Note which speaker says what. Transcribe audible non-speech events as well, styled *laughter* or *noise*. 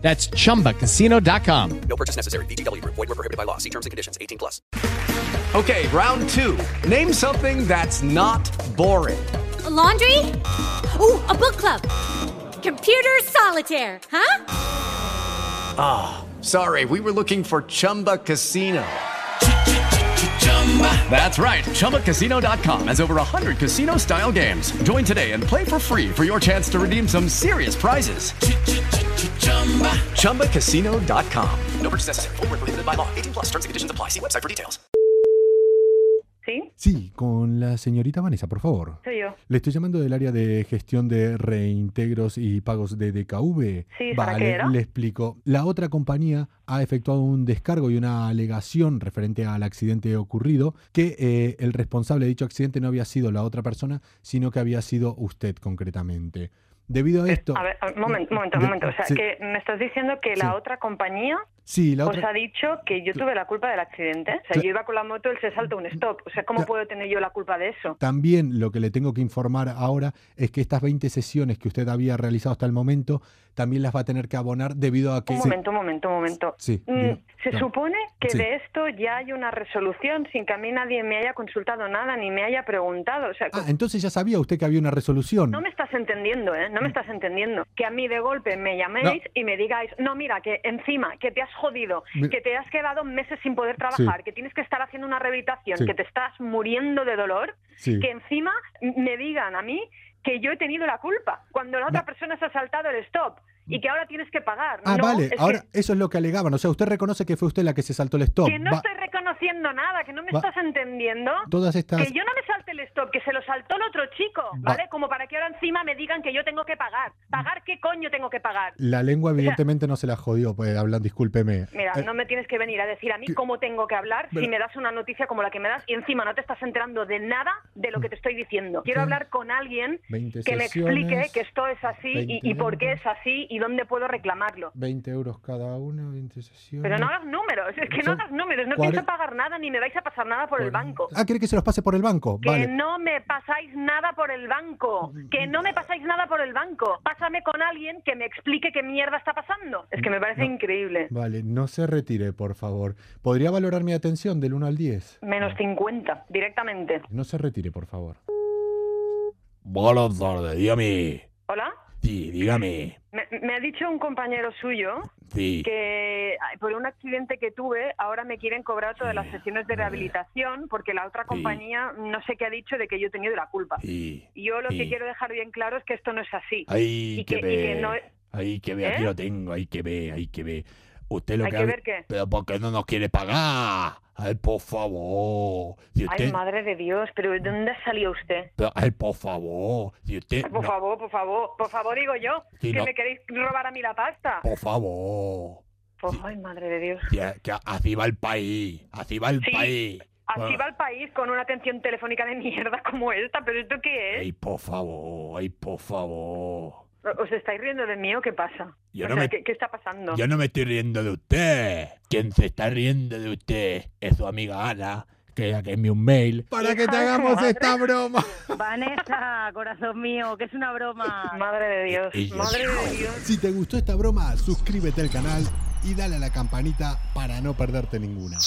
Speaker 1: That's chumbacasino.com.
Speaker 2: No purchase necessary. VGW Group. Void were prohibited by law. See terms and conditions. 18 plus.
Speaker 3: Okay, round two. Name something that's not boring.
Speaker 4: A laundry? Ooh, a book club. Computer solitaire, huh?
Speaker 3: Sorry, we were looking for Chumba Casino.
Speaker 5: That's right. ChumbaCasino.com has over 100 casino style games. Join today and play for free for your chance to redeem some serious prizes.
Speaker 3: ChumbaCasino.com.
Speaker 2: No purchase necessary. Void were prohibited by law. 18 plus. Terms and conditions apply. See website for details.
Speaker 6: ¿Sí?
Speaker 7: Sí, con la señorita Vanessa, por favor.
Speaker 6: Soy yo.
Speaker 7: Le estoy llamando del área de gestión de reintegros y pagos de DKV.
Speaker 6: Sí, ¿para qué
Speaker 7: vale,
Speaker 6: era?
Speaker 7: le explico. La otra compañía ha efectuado un descargo y una alegación referente al accidente ocurrido, que eh, el responsable de dicho accidente no había sido la otra persona, sino que había sido usted concretamente. Debido a esto...
Speaker 6: Eh, A ver, un momento, un momento, un
Speaker 7: De-
Speaker 6: momento. O sea,
Speaker 7: sí,
Speaker 6: que me estás diciendo que
Speaker 7: Sí.
Speaker 6: la otra compañía
Speaker 7: sí, la
Speaker 6: os
Speaker 7: otra...
Speaker 6: ha dicho que yo tuve la culpa del accidente. O sea,
Speaker 7: Cla-
Speaker 6: yo iba con la moto, él se salta un stop. O sea, ¿cómo
Speaker 7: Cla-
Speaker 6: puedo tener yo la culpa de eso?
Speaker 7: También lo que le tengo que informar ahora es que estas 20 sesiones que usted había realizado hasta el momento, también las va a tener que abonar debido a que...
Speaker 6: Un
Speaker 7: Sí.
Speaker 6: momento, un momento, un momento.
Speaker 7: Sí,
Speaker 6: Mm,
Speaker 7: diga.
Speaker 6: se
Speaker 7: Claro.
Speaker 6: supone que
Speaker 7: Sí.
Speaker 6: de esto ya hay una resolución sin que a mí nadie me haya consultado nada ni me haya preguntado. O sea,
Speaker 7: Ah, entonces ya sabía usted que había una resolución.
Speaker 6: No me estás entendiendo, ¿eh?
Speaker 7: Mm.
Speaker 6: No me estás entendiendo. Que a mí de golpe me llaméis y me digáis, no, mira, que encima, que te has jodido,
Speaker 7: Mira.
Speaker 6: que te has quedado meses sin poder trabajar,
Speaker 7: Sí.
Speaker 6: que tienes que estar haciendo una rehabilitación,
Speaker 7: Sí.
Speaker 6: que te estás muriendo de dolor,
Speaker 7: Sí.
Speaker 6: que encima me digan a mí que yo he tenido la culpa, cuando la otra
Speaker 7: Va-
Speaker 6: persona se ha saltado el stop y que ahora tienes que pagar.
Speaker 7: Ah,
Speaker 6: No,
Speaker 7: vale,
Speaker 6: es que-
Speaker 7: ahora eso es lo que alegaban. O sea, usted reconoce que fue usted la que se saltó el stop.
Speaker 6: Que, no
Speaker 7: Va-
Speaker 6: estoy reconociendo nada, que no me
Speaker 7: Va-
Speaker 6: estás entendiendo.
Speaker 7: Todas estas...
Speaker 6: Que yo no me salte el stop, que se lo saltó el otro chico,
Speaker 7: Va-
Speaker 6: ¿vale? Como para que ahora encima me digan que yo tengo que pagar. ¿Pagar qué coño tengo que pagar? *laughs*
Speaker 7: La lengua evidentemente no se la jodió, pues hablan, discúlpeme.
Speaker 6: Mira,
Speaker 7: Eh,
Speaker 6: no me tienes que venir a decir a mí cómo tengo que hablar si
Speaker 7: Pero-
Speaker 6: me das una noticia como la que me das y encima no te estás enterando de nada de lo que te estoy diciendo. Quiero
Speaker 7: Ok.
Speaker 6: hablar con alguien
Speaker 7: 20
Speaker 6: que me explique
Speaker 7: sesiones,
Speaker 6: que esto es así y,
Speaker 7: 20
Speaker 6: y por qué
Speaker 7: euros.
Speaker 6: es así y dónde puedo reclamarlo.
Speaker 7: 20 euros cada una, 20 sesiones.
Speaker 6: Pero no hagas números, es que no
Speaker 7: Son
Speaker 6: hagas números, no
Speaker 7: cuare-
Speaker 6: pienso pagar nada ni me vais a pasar nada por el banco.
Speaker 7: Ah, ¿quiere que se los pase por el banco?
Speaker 6: Que
Speaker 7: vale.
Speaker 6: no me pasáis nada por el banco. Que no me pasáis nada por el banco. Pásame con alguien que me explique qué mierda está pasando. Es que me parece increíble.
Speaker 7: Vale, no se retire, por favor. ¿Podría valorar mi atención del 1 al 10?
Speaker 6: Menos 50, directamente.
Speaker 7: No se retire, por favor.
Speaker 8: Buenas tardes, dígame.
Speaker 6: ¿Hola?
Speaker 8: Sí, dígame.
Speaker 6: Me, me ha dicho un compañero suyo
Speaker 8: Sí.
Speaker 6: que ay, por un accidente que tuve ahora me quieren cobrar todas las sesiones de rehabilitación porque la otra compañía no sé qué ha dicho de que yo he tenido la culpa.
Speaker 8: Sí.
Speaker 6: Yo lo que
Speaker 8: Sí.
Speaker 6: quiero dejar bien claro es que esto no es así.
Speaker 8: Ahí
Speaker 6: Y que-
Speaker 8: que,
Speaker 6: y que
Speaker 8: ve.
Speaker 6: no-
Speaker 8: Ahí que ve,
Speaker 6: ¿Eh?
Speaker 8: aquí lo tengo, ahí que ve, ahí que ve. Usted lo
Speaker 6: Hay
Speaker 8: que,
Speaker 6: que
Speaker 8: ha-
Speaker 6: ver qué.
Speaker 8: Pero ¿por qué no nos quiere pagar? Ay, por favor. Si usted...
Speaker 6: Ay, madre de Dios, pero ¿de dónde ha salido usted?
Speaker 8: pero, ay, por favor. Si usted...
Speaker 6: Por
Speaker 8: no,
Speaker 6: favor, por favor, por favor, digo yo,
Speaker 8: Sí,
Speaker 6: que
Speaker 8: no.
Speaker 6: me queréis robar a mí la pasta.
Speaker 8: Por favor.
Speaker 6: Pues, ay, madre de Dios.
Speaker 8: Que, que así va el país. Así va el
Speaker 6: Sí,
Speaker 8: país.
Speaker 6: Así
Speaker 8: Bueno,
Speaker 6: va el país con una atención telefónica de mierda como esta, pero ¿esto qué es?
Speaker 8: Ay, por favor. Ay, por favor.
Speaker 6: ¿Os estáis riendo de mí o qué pasa?
Speaker 8: Yo
Speaker 6: O
Speaker 8: no
Speaker 6: sea,
Speaker 8: me-
Speaker 6: ¿qué, qué está pasando?
Speaker 8: Yo no me estoy riendo de usted. Quien se está riendo de usted es su amiga Ana, que ya que envió un mail.
Speaker 7: Para
Speaker 6: que te hagamos esta
Speaker 7: broma.
Speaker 9: Vanessa, corazón mío, que es una broma.
Speaker 6: Madre de Dios,
Speaker 8: Y- y-
Speaker 6: madre de Dios.
Speaker 7: *laughs* Si te gustó esta broma, suscríbete al canal y dale a la campanita para no perderte ninguna.